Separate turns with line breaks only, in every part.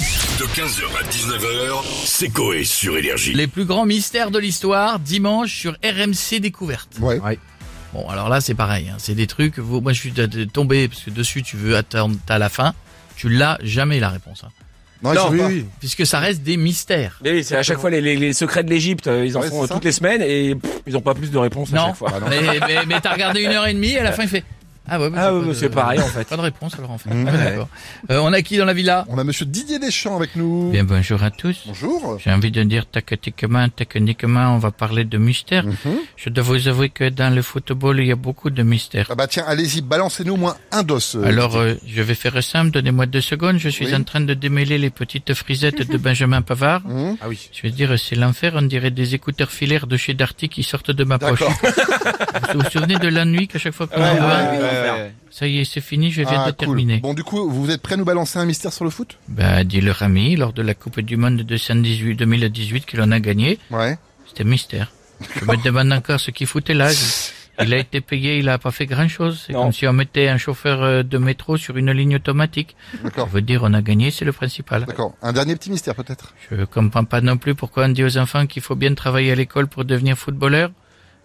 De 15h à 19h, c'est Coé sur Énergie.
Les plus grands mystères de l'histoire, dimanche sur RMC Découverte.
Ouais.
Bon, alors là, c'est pareil. hein. C'est des trucs. vous- moi, je suis de- de- tombé parce que dessus, tu veux attendre à la fin. Tu l'as jamais la réponse, hein.
Non,
Non,
oui,
pas.
oui.
puisque ça reste des mystères.
Mais oui, c'est à chaque fois les, les- les secrets de l'Égypte, euh, ils en
Ouais,
font
c'est
euh,
ça.
toutes les semaines et pff, ils ont pas plus de réponses à
Non.
chaque fois.
non.
Mais, mais, mais t'as regardé une heure et demie et à la fin, il fait. Ah ouais, bah,
Ah
t'as
ouais,
pas
ouais,
de-
c'est pareil, en fait. Mm.
Pas de réponse alors en fait.
Mmh.
Ah, d'accord. Euh, on a qui dans la villa
On a monsieur Didier Deschamps avec nous.
Bien bonjour à tous.
Bonjour.
J'ai envie de dire tactiquement, techniquement, on va parler de mystères.
Mm-hmm.
Mhm.
Je dois vous avouer que dans le football, il y a beaucoup de mystères.
Ah bah tiens, allez-y, balancez-nous au moins un dos. euh,
Alors, euh, je vais faire simple, donnez-moi deux secondes. Je suis
Oui.
en train de démêler les petites frisettes de Benjamin Pavard.
Mhm.
Ah oui.
Je veux dire, c'est l'enfer, on dirait des écouteurs filaires de chez Darty qui sortent de ma poche.
D'accord.
Vous vous souvenez de l'ennui qu'à chaque fois qu'on en voit Ça y est, c'est fini, je viens de
Ah, cool.
terminer.
Bon, du coup, vous êtes prêts à nous balancer un mystère sur le foot
Bah, dit leur ami, lors de la Coupe du Monde de 118 2018 que l'on a gagné,
Ouais.
c'était mystère. Je me demande encore ce qu'il foutait là. Je- Il a été payé, il a pas fait grand chose. C'est
Non.
comme si on mettait un chauffeur euh, de métro sur une ligne automatique. Ça
D'accord.
veut dire, on a gagné, c'est le principal.
D'accord. Un dernier petit mystère peut-être.
Je comprends pas non plus pourquoi on dit aux enfants qu'il faut bien travailler à l'école pour devenir footballeur,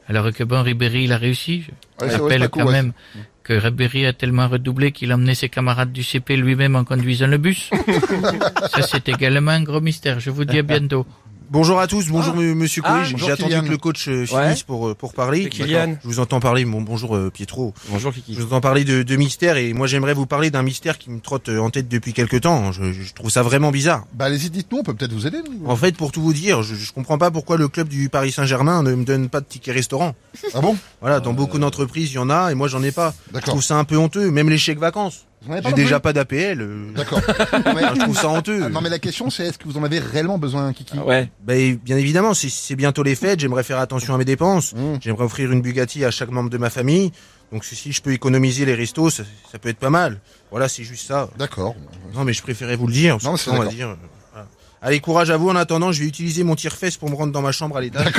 alors que bon, Ribéry, il a réussi. Je
Ouais, c'est- ouais,
rappelle
c'est pas cool,
quand
ouais.
même que Ribéry a tellement redoublé qu'il a emmené ses camarades du CP lui-même en conduisant le bus. Ça, c'est également un gros mystère. Je vous dis à bientôt.
Bonjour à tous, bonjour euh, Monsieur
Ah,
Coé.
bonjour,
J'ai attendu
Kylian.
que le coach euh, finisse
Ouais.
pour euh, pour parler.
Et Kylian.
D'accord. Je vous entends parler. Bon, bonjour euh, Pietro.
Ah,
Bonjour
Je
Kiki.
vous entends parler de, de mystère et moi j'aimerais vous parler d'un mystère qui me trotte euh, en tête depuis quelque temps. Je, je trouve ça vraiment bizarre.
Bah allez-y, dites-nous, on peut peut-être vous aider. nous.
En fait, pour tout vous dire, je, je comprends pas pourquoi le club du Paris Saint-Germain ne me donne pas de ticket restaurant.
Ah bon
Voilà, dans beaucoup d'entreprises, il y en a et moi j'en ai pas. Je
D'accord.
trouve ça un peu honteux. Même les chèques vacances.
Vous en avez pas
J'ai
non plus
déjà pas d'APL. euh,
D'accord. Ouais.
enfin, je trouve ça
Ah,
honteux.
non mais la question c'est est-ce que vous en avez réellement besoin, Kiki
Ah Ouais.
Ben, bien évidemment, c'est- c'est bientôt les fêtes, j'aimerais faire attention à mes dépenses.
Mmh.
J'aimerais offrir une Bugatti à chaque membre de ma famille. Donc si je peux économiser les restos, ça, ça peut être pas mal. Voilà, c'est juste ça.
D'accord.
Non, mais je préférais vous le dire.
Non, mais
parce
c'est
que on va
d'accord.
dire. euh, voilà. Allez, courage à vous. En attendant, je vais utiliser mon tire-fesse pour me rendre dans ma chambre à l'étage.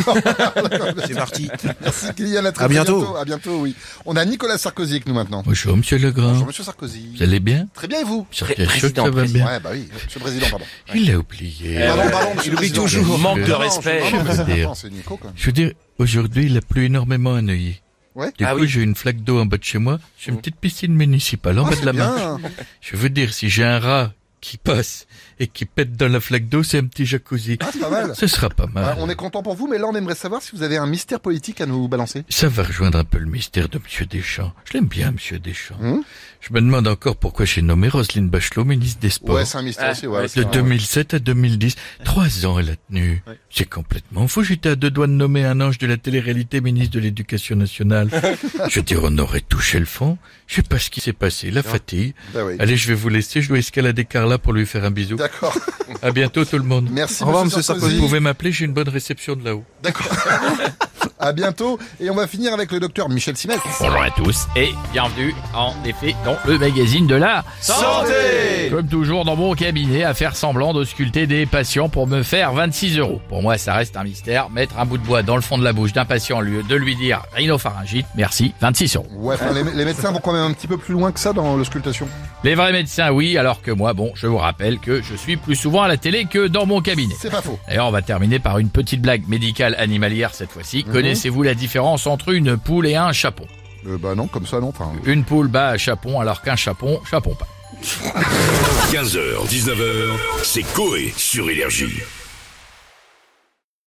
c'est parti.
Merci Kylian, à, très
À
très
bientôt.
bientôt. À bientôt, oui. On a Nicolas Sarkozy avec nous maintenant.
Bonjour, monsieur Legrand.
Bonjour Monsieur Sarkozy.
allez bien?
Très bien et vous
Sur
Pré- quelque chose, président, ça va président.
Ouais, bah oui, Monsieur le Président, pardon.
Il a oublié.
Euh,
Pardon, pardon, monsieur
il
le
oublie
président.
toujours. Manque de
Non, non,
respect.
je- non, mais c'est
Dire.
important, c'est Nico, quand même.
Je veux dire, aujourd'hui, il a plu énormément à Neuilly.
Ouais. Mm.
Du
Ah
coup,
oui.
j'ai une flaque d'eau en bas de chez moi. J'ai une petite piscine municipale en
Ah,
bas de
c'est
la main.
bien.
Je veux dire, si j'ai un rat qui passe et qui pète dans la flaque d'eau, c'est un petit jacuzzi.
Ah, c'est pas mal.
Ce sera pas mal.
Ah, on est content pour vous, mais là, on aimerait savoir si vous avez un mystère politique à nous balancer.
Ça va rejoindre un peu le mystère de Monsieur Deschamps. Je l'aime bien, Monsieur Deschamps.
Hum.
Je me demande encore pourquoi j'ai nommé Roselyne Bachelot ministre des Sports.
Ouais, c'est un mystère
Ah,
aussi, ouais.
ouais,
c'est
de
vrai.
2007 à 2010, trois ans elle a tenu. C'est complètement fou. J'étais à deux doigts de nommer un ange de la télé-réalité ministre de l'Éducation nationale. je veux dire, on aurait touché le fond. Je sais pas ce qui s'est passé. La fatigue.
Bah oui.
Allez, je vais vous laisser. Je dois escalader Carla pour lui faire un bisou.
D'accord.
À bientôt tout le monde.
Merci.
Au revoir, monsieur
Vous
Sarkozy.
pouvez m'appeler, j'ai une bonne réception de là-haut.
D'accord. à bientôt. Et on va finir avec le docteur Michel Simet.
Bonjour à tous et bienvenue en effet dans le magazine de l'art.
Santé
Comme toujours dans mon cabinet à faire semblant de sculpter des patients pour me faire 26 euros. Pour moi ça reste un mystère, mettre un bout de bois dans le fond de la bouche d'un patient au lieu de lui dire rhinopharyngite, merci, 26 euros.
Ouais, enfin, les, les médecins vont quand même un petit peu plus loin que ça dans l'auscultation.
Les vrais médecins oui, alors que moi bon, je vous rappelle que je suis plus souvent à la télé que dans mon cabinet.
C'est pas faux.
D'ailleurs, on va terminer par une petite blague médicale animalière cette fois-ci. Connaissez-vous la différence entre une poule et un chapon
Euh, bah non, comme ça, non. Enfin,
Une poule bat à chapon alors qu'un chapon, chapon pas.
15h, 19h, c'est Coé sur Énergie.